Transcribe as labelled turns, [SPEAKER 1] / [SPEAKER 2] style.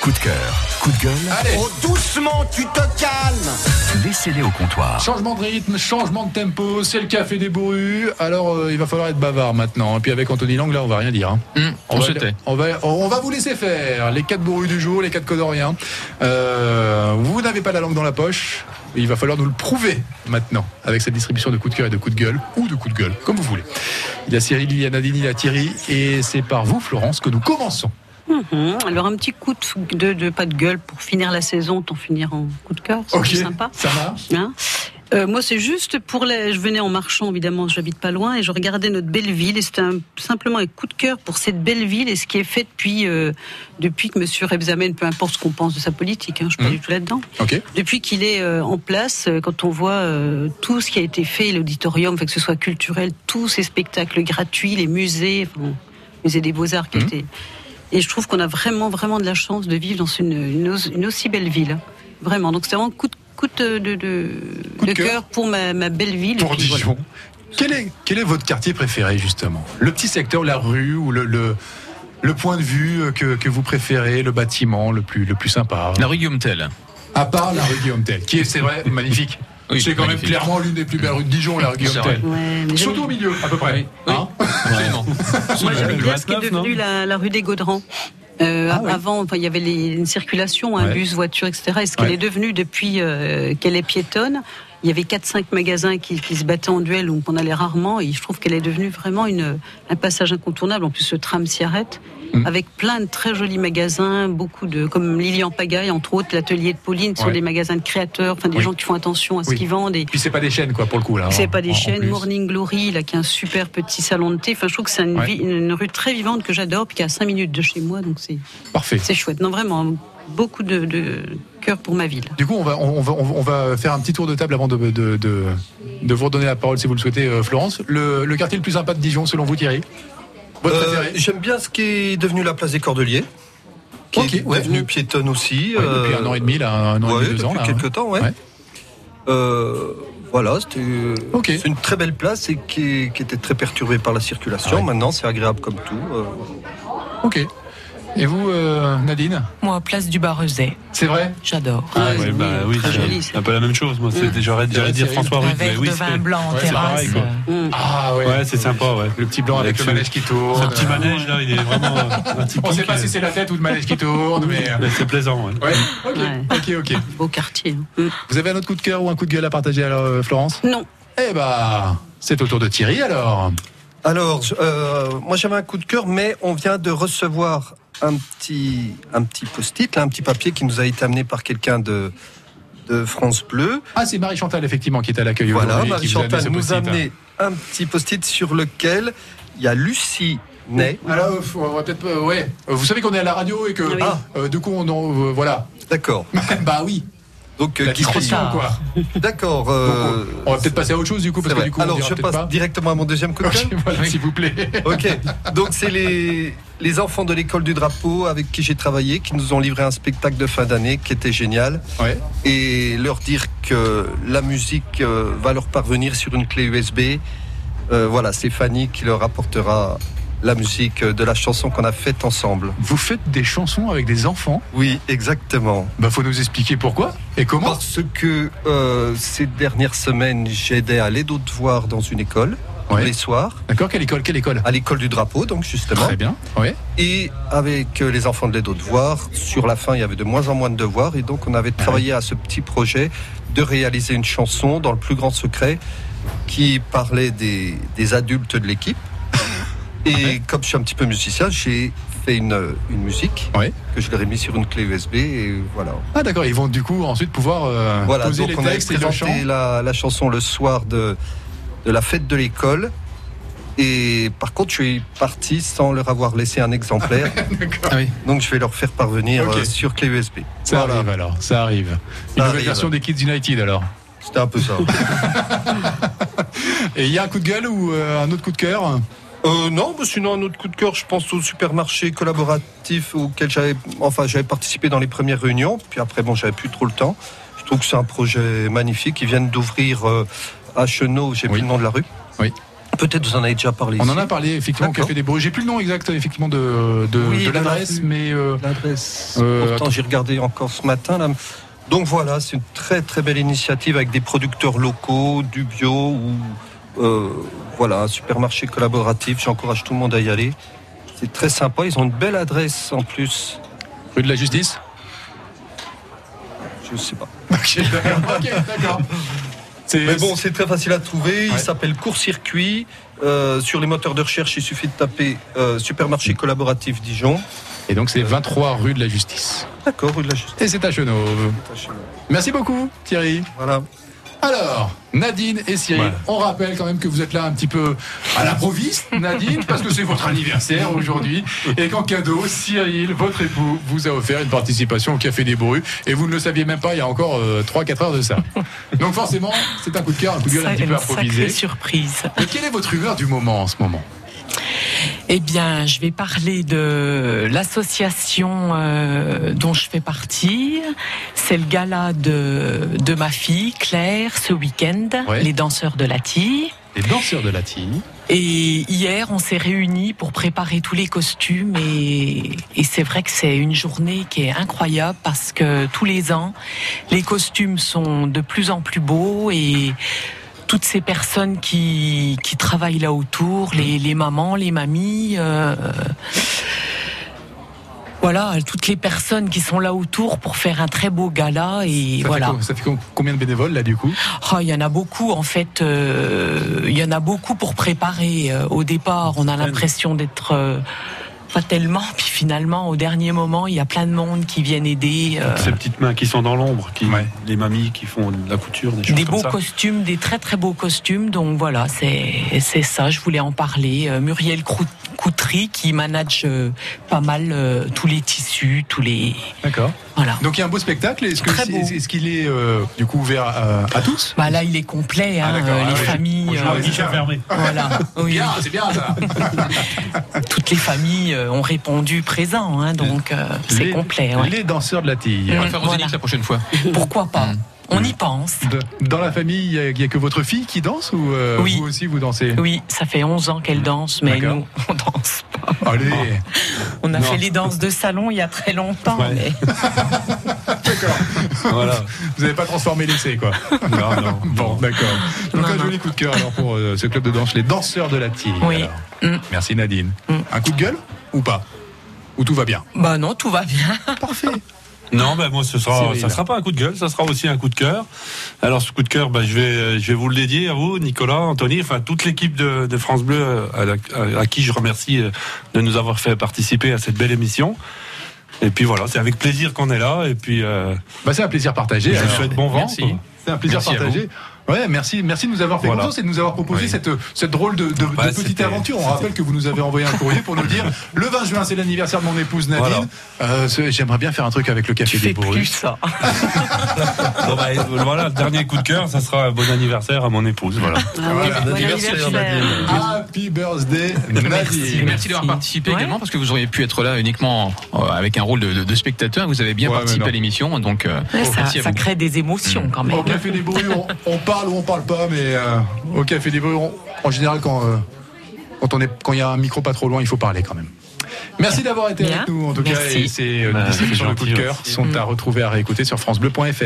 [SPEAKER 1] Coup de cœur, coup de gueule.
[SPEAKER 2] Allez.
[SPEAKER 3] Oh, doucement, tu te calmes
[SPEAKER 2] Ah.
[SPEAKER 1] Laissez-les au comptoir.
[SPEAKER 2] Changement de rythme, changement de tempo, c'est le café des bourrus. Alors euh, il va falloir être bavard maintenant. Et puis avec Anthony Lang, là, on va rien dire. hein.
[SPEAKER 4] on
[SPEAKER 2] va,
[SPEAKER 4] se tait.
[SPEAKER 2] on, va, on va vous laisser faire. Les quatre bourrus du jour, les quatre codoriens. Euh, vous n'avez pas la langue dans la poche. Il va falloir nous le prouver maintenant avec cette distribution de coups de cœur et de coups de gueule ou de coups de gueule, comme vous voulez. Il y a Cyril, il y a Nadine, il y a Thierry. Et c'est par vous, Florence, que nous commençons.
[SPEAKER 5] Mhm. Alors un petit coup de, de- de pas de gueule pour finir la saison, tant finir en coup de cœur, c'est plus sympa.
[SPEAKER 2] ça marche.
[SPEAKER 5] hein. Euh, moi, c'est juste pour les. Je venais en marchant, évidemment, j'habite pas loin, et je regardais notre belle ville, et c'était un- simplement un coup de cœur pour cette belle ville et ce qui est fait depuis euh, depuis que Monsieur Rebsamen, peu importe ce qu'on pense de sa politique, hein, je suis pas
[SPEAKER 2] Mhm.
[SPEAKER 5] du tout là-dedans.
[SPEAKER 2] Ok.
[SPEAKER 5] Depuis qu'il est euh, en place, euh, quand on voit euh, tout ce qui a été fait, l'auditorium, fait que ce soit culturel, tous ces spectacles gratuits, les musées, enfin, le musée des beaux-arts qui a
[SPEAKER 2] Mhm.
[SPEAKER 5] été- Et je trouve qu'on a vraiment, vraiment de la chance de vivre dans une, une os- une aussi belle ville. Vraiment. Donc c'est vraiment coup de, coup de, de- de-
[SPEAKER 2] Coup de
[SPEAKER 5] de
[SPEAKER 2] cœur.
[SPEAKER 5] cœur pour ma, ma belle ville.
[SPEAKER 2] pour
[SPEAKER 5] Et puis,
[SPEAKER 2] Dijon.
[SPEAKER 5] voilà.
[SPEAKER 2] Quel, est, quel est votre quartier préféré, justement Le petit secteur, la rue ou le, le, le point de vue que, que vous préférez, le bâtiment le plus, le plus sympa
[SPEAKER 4] La rue Guillaume-Tell.
[SPEAKER 2] À part la rue Guillaume Tell, qui est, c'est vrai, magnifique.
[SPEAKER 4] Oui,
[SPEAKER 2] c'est quand
[SPEAKER 4] magnifique.
[SPEAKER 2] même clairement l'une des plus belles rues de Dijon, la rue Guillaume Tell.
[SPEAKER 5] Ouais, mais j'aime-
[SPEAKER 2] Surtout au milieu, à peu près. Hein
[SPEAKER 4] Absolument.
[SPEAKER 5] Moi, j'aime
[SPEAKER 4] Le
[SPEAKER 5] bien ce qui est
[SPEAKER 4] 29,
[SPEAKER 5] devenu la, la rue des Gaudrans. Euh,
[SPEAKER 2] Ah ouais.
[SPEAKER 5] Avant, enfin, il y avait les- une circulation, un
[SPEAKER 2] Ouais.
[SPEAKER 5] bus, voiture, etc. Et ce qu'elle
[SPEAKER 2] Ouais.
[SPEAKER 5] est devenue depuis euh, qu'elle est piétonne, il y avait 4-5 magasins qui, qui se battaient en duel où on allait rarement. Et je trouve qu'elle est devenue vraiment une, un passage incontournable. En plus, le tram s'y arrête.
[SPEAKER 2] Mhm.
[SPEAKER 5] Avec plein de très jolis magasins, beaucoup de, comme Lilian Pagaille, entre autres, l'atelier de Pauline, ce sont
[SPEAKER 2] Ouais.
[SPEAKER 5] des magasins de créateurs, enfin des
[SPEAKER 2] Oui.
[SPEAKER 5] gens qui font attention à ce
[SPEAKER 2] Oui.
[SPEAKER 5] qu'ils vendent. Et,
[SPEAKER 2] Puis c'est pas des chaînes, quoi, pour le coup.
[SPEAKER 6] Ah,
[SPEAKER 2] là.
[SPEAKER 5] c'est
[SPEAKER 2] en-
[SPEAKER 5] pas des
[SPEAKER 2] en- en
[SPEAKER 5] chaînes.
[SPEAKER 2] plus.
[SPEAKER 5] Morning Glory, là, qui est un super petit salon de thé. Enfin, je trouve que c'est une,
[SPEAKER 2] Ouais.
[SPEAKER 5] vi- une rue très vivante que j'adore, puis qui est à 5 minutes de chez moi, donc c'est
[SPEAKER 2] Parfait.
[SPEAKER 5] c'est chouette. Non, vraiment, beaucoup de, de cœur pour ma ville.
[SPEAKER 2] Du coup, on va, on, va, on va faire un petit tour de table avant de, de, de, de vous redonner la parole, si vous le souhaitez, euh, Florence. Le, le quartier le plus sympa de Dijon, selon vous, Thierry Votre
[SPEAKER 3] Euh,
[SPEAKER 2] préféré
[SPEAKER 3] J'aime bien ce qui est devenu la place des Cordeliers. Qui
[SPEAKER 2] Ok,
[SPEAKER 3] est
[SPEAKER 2] ouais.
[SPEAKER 3] devenu piétonne aussi.
[SPEAKER 2] Ouais, depuis
[SPEAKER 3] euh,
[SPEAKER 2] un an et demi, là, un an
[SPEAKER 3] ouais,
[SPEAKER 2] et demi, deux ans.
[SPEAKER 3] depuis
[SPEAKER 2] là, hein.
[SPEAKER 3] quelques temps, ouais.
[SPEAKER 2] Ouais.
[SPEAKER 3] Euh, voilà, c'était euh,
[SPEAKER 2] Ok.
[SPEAKER 3] c'est une très belle place et qui, est- qui était très perturbée par la circulation.
[SPEAKER 2] Ah ouais.
[SPEAKER 3] Maintenant, c'est agréable comme tout. euh.
[SPEAKER 2] Ok. Et vous, euh, Nadine
[SPEAKER 7] Moi, place du Barrezet,
[SPEAKER 2] C'est vrai
[SPEAKER 7] j'adore.
[SPEAKER 5] Ah,
[SPEAKER 6] Ouais,
[SPEAKER 5] oui,
[SPEAKER 6] bah
[SPEAKER 7] euh,
[SPEAKER 6] oui,
[SPEAKER 5] très
[SPEAKER 6] c'est
[SPEAKER 5] joli, ça.
[SPEAKER 6] un peu la même chose. Moi, c'est- j'aurais j'aurais dit
[SPEAKER 2] Thierry.
[SPEAKER 6] François
[SPEAKER 7] Un
[SPEAKER 6] Ruth, mais
[SPEAKER 7] verre
[SPEAKER 6] oui,
[SPEAKER 7] de
[SPEAKER 6] c'est-
[SPEAKER 7] vin blanc en
[SPEAKER 2] ouais, c'est
[SPEAKER 7] terrasse.
[SPEAKER 6] pareil, quoi.
[SPEAKER 5] Mm.
[SPEAKER 2] Ah
[SPEAKER 6] ouais, c'est sympa, ouais.
[SPEAKER 2] Le petit blanc avec
[SPEAKER 6] Avec
[SPEAKER 2] le
[SPEAKER 6] ce-
[SPEAKER 2] manège qui tourne.
[SPEAKER 6] Ce petit manège là, il est vraiment euh, atypique.
[SPEAKER 2] On ne sait pas si c'est la tête ou le manège qui tourne, mais. euh,
[SPEAKER 6] Mais c'est plaisant, ouais.
[SPEAKER 2] Ouais. Ok.
[SPEAKER 5] Ouais.
[SPEAKER 2] Ok, ok.
[SPEAKER 5] Beau quartier. hein. Mm.
[SPEAKER 2] Vous avez un autre coup de cœur ou un coup de gueule à partager alors, euh, Florence
[SPEAKER 5] Non,
[SPEAKER 2] Eh bah, c'est au tour de Thierry alors.
[SPEAKER 3] Alors, je- euh, moi j'avais un coup de cœur, mais on vient de recevoir un petit, un petit post-it, là, un petit papier qui nous a été amené par quelqu'un de, de France Bleu.
[SPEAKER 2] Ah, c'est Marie Chantal effectivement qui est à l'accueil
[SPEAKER 3] Voilà,
[SPEAKER 2] aujourd'hui, qui vous a amené
[SPEAKER 3] Marie-Chantal
[SPEAKER 2] ce
[SPEAKER 3] nous a
[SPEAKER 2] post-it. hein.
[SPEAKER 3] amené un petit post-it sur lequel il y a Lucie Ney.
[SPEAKER 2] Alors, euh, on va peut-être. euh, ouais. Euh, Vous savez qu'on est à la radio et que.
[SPEAKER 5] Oui.
[SPEAKER 2] Ah, euh, du coup, on en. euh, voilà.
[SPEAKER 3] D'accord.
[SPEAKER 2] bah oui.
[SPEAKER 3] Donc, euh,
[SPEAKER 2] La
[SPEAKER 3] qui fait-
[SPEAKER 2] discrétion,
[SPEAKER 7] tard.
[SPEAKER 2] quoi.
[SPEAKER 3] D'accord.
[SPEAKER 2] Donc,
[SPEAKER 3] euh,
[SPEAKER 2] on va peut-être passer à autre chose du coup,
[SPEAKER 3] c'est
[SPEAKER 2] parce que
[SPEAKER 3] vrai.
[SPEAKER 2] du coup, on
[SPEAKER 3] Alors,
[SPEAKER 2] dira
[SPEAKER 3] je
[SPEAKER 2] peut-être
[SPEAKER 3] passe
[SPEAKER 2] pas.
[SPEAKER 3] directement à mon deuxième coup de cœur.
[SPEAKER 2] Ok, voilà, s'il vous plaît.
[SPEAKER 3] Ok, donc c'est les, les enfants de l'école du drapeau avec qui j'ai travaillé qui nous ont livré un spectacle de fin d'année qui était génial.
[SPEAKER 2] Ouais.
[SPEAKER 3] Et leur dire que la musique euh, va leur parvenir sur une clé USB. Euh, voilà, c'est Fanny qui leur apportera la musique euh, de la chanson qu'on a faite ensemble.
[SPEAKER 2] Vous faites des chansons avec des enfants
[SPEAKER 3] Oui, exactement.
[SPEAKER 2] Bah faut nous expliquer pourquoi et comment.
[SPEAKER 3] Parce que euh, ces dernières semaines, j'aidais à l'aide aux devoirs dans une école, tous
[SPEAKER 2] Ouais.
[SPEAKER 3] les soirs,
[SPEAKER 2] D'accord, quelle école Quelle école
[SPEAKER 3] à l'école du drapeau, donc justement.
[SPEAKER 2] Très bien. Ouais.
[SPEAKER 3] Et avec euh, les enfants de l'aide aux devoirs, sur la fin, il y avait de moins en moins de devoirs. Et donc, on avait
[SPEAKER 2] Ah
[SPEAKER 3] travaillé à ce petit projet de réaliser une chanson dans le plus grand secret qui parlait des, des adultes de l'équipe. Et comme je suis un petit peu musicien, j'ai fait une, une musique
[SPEAKER 2] Ouais.
[SPEAKER 3] que je leur ai mis sur une clé USB. Et voilà.
[SPEAKER 2] Ah d'accord, ils vont du coup ensuite pouvoir euh,
[SPEAKER 3] Voilà,
[SPEAKER 2] poser
[SPEAKER 3] donc
[SPEAKER 2] les
[SPEAKER 3] on avait
[SPEAKER 2] textes et le chant.
[SPEAKER 3] présenté la, la chanson le soir de, de la fête de l'école. Et par contre, je suis parti sans leur avoir laissé un exemplaire.
[SPEAKER 4] Ah oui.
[SPEAKER 3] Donc je vais leur faire parvenir
[SPEAKER 2] Ok.
[SPEAKER 3] euh, sur clé USB.
[SPEAKER 2] Ça
[SPEAKER 3] Voilà.
[SPEAKER 2] arrive alors, ça arrive. Une
[SPEAKER 3] Ça
[SPEAKER 2] nouvelle
[SPEAKER 3] arrive.
[SPEAKER 2] version des Kids United alors.
[SPEAKER 3] C'était un peu ça.
[SPEAKER 2] Et il y a un coup de gueule ou euh, un autre coup de cœur
[SPEAKER 3] Euh, non, bah, sinon un autre coup de cœur, je pense au supermarché collaboratif auquel j'avais, enfin j'avais participé dans les premières réunions. Puis après, bon, j'avais plus trop le temps. Je trouve que c'est un projet magnifique. Ils viennent d'ouvrir euh, à Chenot, j'ai
[SPEAKER 2] Oui.
[SPEAKER 3] plus le nom de la rue.
[SPEAKER 2] Oui.
[SPEAKER 3] Peut-être vous en avez déjà parlé.
[SPEAKER 2] On en
[SPEAKER 3] ici.
[SPEAKER 2] a parlé effectivement au
[SPEAKER 3] D'accord.
[SPEAKER 2] Café des Beaux. J'ai plus le nom exact effectivement de, de,
[SPEAKER 3] Oui,
[SPEAKER 2] de
[SPEAKER 3] de la
[SPEAKER 2] l'adresse,
[SPEAKER 3] rue.
[SPEAKER 2] mais euh,
[SPEAKER 3] l'adresse.
[SPEAKER 2] Euh,
[SPEAKER 3] Pourtant, j'ai regardé encore ce matin. Là. Donc voilà, c'est une très très belle initiative avec des producteurs locaux, du bio ou euh, voilà un supermarché collaboratif. J'encourage tout le monde à y aller. C'est très sympa. Ils ont une belle adresse en plus.
[SPEAKER 2] rue de la Justice.
[SPEAKER 3] Je sais pas.
[SPEAKER 2] Ok, d'accord. Ok, d'accord. C'est-
[SPEAKER 3] Mais bon, c'est très facile à trouver.
[SPEAKER 2] Ouais.
[SPEAKER 3] Il s'appelle Court-circuit. Euh, sur les moteurs de recherche, il suffit de taper euh, supermarché collaboratif Dijon.
[SPEAKER 2] Et donc c'est 23 rue de la Justice.
[SPEAKER 3] D'accord, rue de la Justice.
[SPEAKER 2] Et c'est à Chenauve. Merci beaucoup Thierry.
[SPEAKER 3] Voilà.
[SPEAKER 2] Alors, Nadine et Cyril,
[SPEAKER 6] Voilà.
[SPEAKER 2] on rappelle quand même que vous êtes là un petit peu à l'improviste, Nadine, parce que c'est votre anniversaire aujourd'hui, et qu'en cadeau, Cyril, votre époux, vous a offert une participation au Café des Bruits, et vous ne le saviez même pas il y a encore 3-4 heures de ça. Donc forcément, c'est un coup de cœur, un coup de gueule un petit peu
[SPEAKER 7] une
[SPEAKER 2] improvisé.
[SPEAKER 7] sacrée surprise.
[SPEAKER 2] Mais quelle est votre humeur du moment en ce moment
[SPEAKER 7] Eh bien, je vais parler de l'association euh, dont je fais partie. C'est le gala de, de ma fille, Claire, ce week-end,
[SPEAKER 2] Ouais.
[SPEAKER 7] les danseurs de la tille.
[SPEAKER 2] Les danseurs de la tille.
[SPEAKER 7] Et hier, on s'est réunis pour préparer tous les costumes et, et c'est vrai que c'est une journée qui est incroyable parce que tous les ans, les costumes sont de plus en plus beaux et toutes ces personnes qui, qui travaillent là autour, les, les mamans, les mamies, euh, voilà, toutes les personnes qui sont là autour pour faire un très beau gala et
[SPEAKER 2] Ça,
[SPEAKER 7] voilà.
[SPEAKER 2] fait, co- ça fait co- combien de bénévoles là du coup
[SPEAKER 7] Ah, il y en a beaucoup en fait. euh, il y en a beaucoup pour préparer. Euh, au départ, on a l'impression d'être euh, pas tellement, puis finalement, au dernier moment, il y a plein de monde qui viennent aider. euh,
[SPEAKER 6] Ces petites mains qui sont dans l'ombre, qui,
[SPEAKER 2] Ouais.
[SPEAKER 6] les mamies qui font de la couture, des choses
[SPEAKER 7] des
[SPEAKER 6] comme
[SPEAKER 7] beaux
[SPEAKER 6] ça.
[SPEAKER 7] costumes, des très très beaux costumes. Donc voilà, c'est c'est ça. Je voulais en parler. Euh, Muriel Crou- Coutry qui manage euh, pas mal euh, tous les tissus, tous les
[SPEAKER 2] D'accord.
[SPEAKER 7] voilà.
[SPEAKER 2] Donc il y a un beau spectacle, est-ce que-
[SPEAKER 7] Très beau.
[SPEAKER 2] est-ce qu'il est, euh, du coup ouvert à, à tous
[SPEAKER 7] Bah là, il est complet.
[SPEAKER 2] Ah,
[SPEAKER 7] hein,
[SPEAKER 2] d'accord.
[SPEAKER 7] euh,
[SPEAKER 2] Ah,
[SPEAKER 7] les
[SPEAKER 2] oui.
[SPEAKER 7] familles,
[SPEAKER 6] Ah,
[SPEAKER 7] euh,
[SPEAKER 6] oui, guichet fermé.
[SPEAKER 7] voilà. Oui.
[SPEAKER 2] Bien, c'est bien ça
[SPEAKER 7] toutes les familles euh, ont répondu présent, hein, donc euh, c'est
[SPEAKER 2] Les-
[SPEAKER 7] complet. ouais.
[SPEAKER 2] Les danseurs de la tille.
[SPEAKER 4] On va le faire aux
[SPEAKER 7] Voilà.
[SPEAKER 4] Zénith la prochaine fois.
[SPEAKER 7] Pourquoi pas On y pense.
[SPEAKER 2] De- dans la famille, il n'y a, que votre fille qui danse ou euh,
[SPEAKER 7] Oui.
[SPEAKER 2] vous aussi vous dansez
[SPEAKER 7] Oui, ça fait 11 ans qu'elle danse, mais
[SPEAKER 2] D'accord.
[SPEAKER 7] nous, on danse pas.
[SPEAKER 2] Allez
[SPEAKER 7] On a
[SPEAKER 6] Non.
[SPEAKER 7] fait les danses de salon il y a très longtemps.
[SPEAKER 6] Ouais.
[SPEAKER 7] mais-
[SPEAKER 6] Voilà.
[SPEAKER 2] Vous n'avez pas transformé l'essai, quoi.
[SPEAKER 6] Non, non.
[SPEAKER 2] Bon, d'accord. Donc
[SPEAKER 7] Non,
[SPEAKER 2] un
[SPEAKER 7] non.
[SPEAKER 2] joli coup de cœur alors pour euh, ce club de danse, les danseurs de la tille.
[SPEAKER 7] Oui.
[SPEAKER 2] alors.
[SPEAKER 7] Mm.
[SPEAKER 2] Merci Nadine.
[SPEAKER 7] Mm.
[SPEAKER 2] Un coup de gueule ou pas Ou tout va bien
[SPEAKER 7] Bah non, tout va bien.
[SPEAKER 2] Parfait.
[SPEAKER 6] Non, ben moi, ce sera,
[SPEAKER 2] Cyril.
[SPEAKER 6] ça sera pas un coup de gueule, ça sera aussi un coup de cœur. Alors, ce coup de cœur, ben, je vais, je vais vous le dédier à vous, Nicolas, Anthony, enfin toute l'équipe de, de France Bleu, euh, à, la- à- à qui je remercie euh, de nous avoir fait participer à cette belle émission. Et puis voilà, c'est avec plaisir qu'on est là. Et puis, euh,
[SPEAKER 2] Bah, c'est un plaisir partagé.
[SPEAKER 6] je vous
[SPEAKER 2] alors.
[SPEAKER 6] souhaite bon vent.
[SPEAKER 4] merci.
[SPEAKER 6] quoi.
[SPEAKER 2] C'est un plaisir
[SPEAKER 4] Merci à
[SPEAKER 2] partagé. Ouais, merci, merci de nous avoir fait
[SPEAKER 6] Voilà.
[SPEAKER 2] confiance et de nous avoir proposé
[SPEAKER 4] Oui.
[SPEAKER 2] cette, cette drôle de, de- de
[SPEAKER 6] Ouais,
[SPEAKER 2] petite
[SPEAKER 6] c'était-
[SPEAKER 2] aventure. On rappelle que vous nous avez envoyé un courrier pour nous dire le 20 juin, c'est l'anniversaire de mon épouse Nadine.
[SPEAKER 6] Voilà.
[SPEAKER 2] Euh, ce- J'aimerais bien faire un truc avec le café
[SPEAKER 7] Tu
[SPEAKER 2] des
[SPEAKER 7] fais
[SPEAKER 2] bourrus.
[SPEAKER 7] plus ça.
[SPEAKER 6] Bon, bah, et voilà, le dernier coup de cœur, ça sera un bon anniversaire à mon épouse. Voilà.
[SPEAKER 5] Ah oui,
[SPEAKER 2] Voilà.
[SPEAKER 5] bon
[SPEAKER 3] Anniversaire, Nadine.
[SPEAKER 2] Happy birthday Nadine.
[SPEAKER 7] Merci.
[SPEAKER 4] Et merci d'avoir participé
[SPEAKER 7] Ouais.
[SPEAKER 4] également parce que vous auriez pu être là uniquement euh, avec un rôle de, de- de spectateur. Vous avez bien
[SPEAKER 2] Ouais, mais
[SPEAKER 4] participé
[SPEAKER 2] non.
[SPEAKER 4] à l'émission, donc euh,
[SPEAKER 7] Ouais, ça,
[SPEAKER 4] merci à
[SPEAKER 7] ça
[SPEAKER 4] vous.
[SPEAKER 7] crée des émotions quand même.
[SPEAKER 2] Au café des bourrus, on, on parle ou on parle pas, mais euh, au café des bourrus, on- en général, quand euh, quand on est quand il y a un micro pas trop loin, il faut parler quand même. Merci d'avoir été
[SPEAKER 7] Bien.
[SPEAKER 2] avec nous en tout cas.
[SPEAKER 7] Merci. Mm.
[SPEAKER 2] Et ces euh,
[SPEAKER 6] Bah,
[SPEAKER 2] distributions
[SPEAKER 6] c'est
[SPEAKER 2] de coups de
[SPEAKER 6] gentil
[SPEAKER 2] cœur sont à retrouver à réécouter sur francebleu.fr.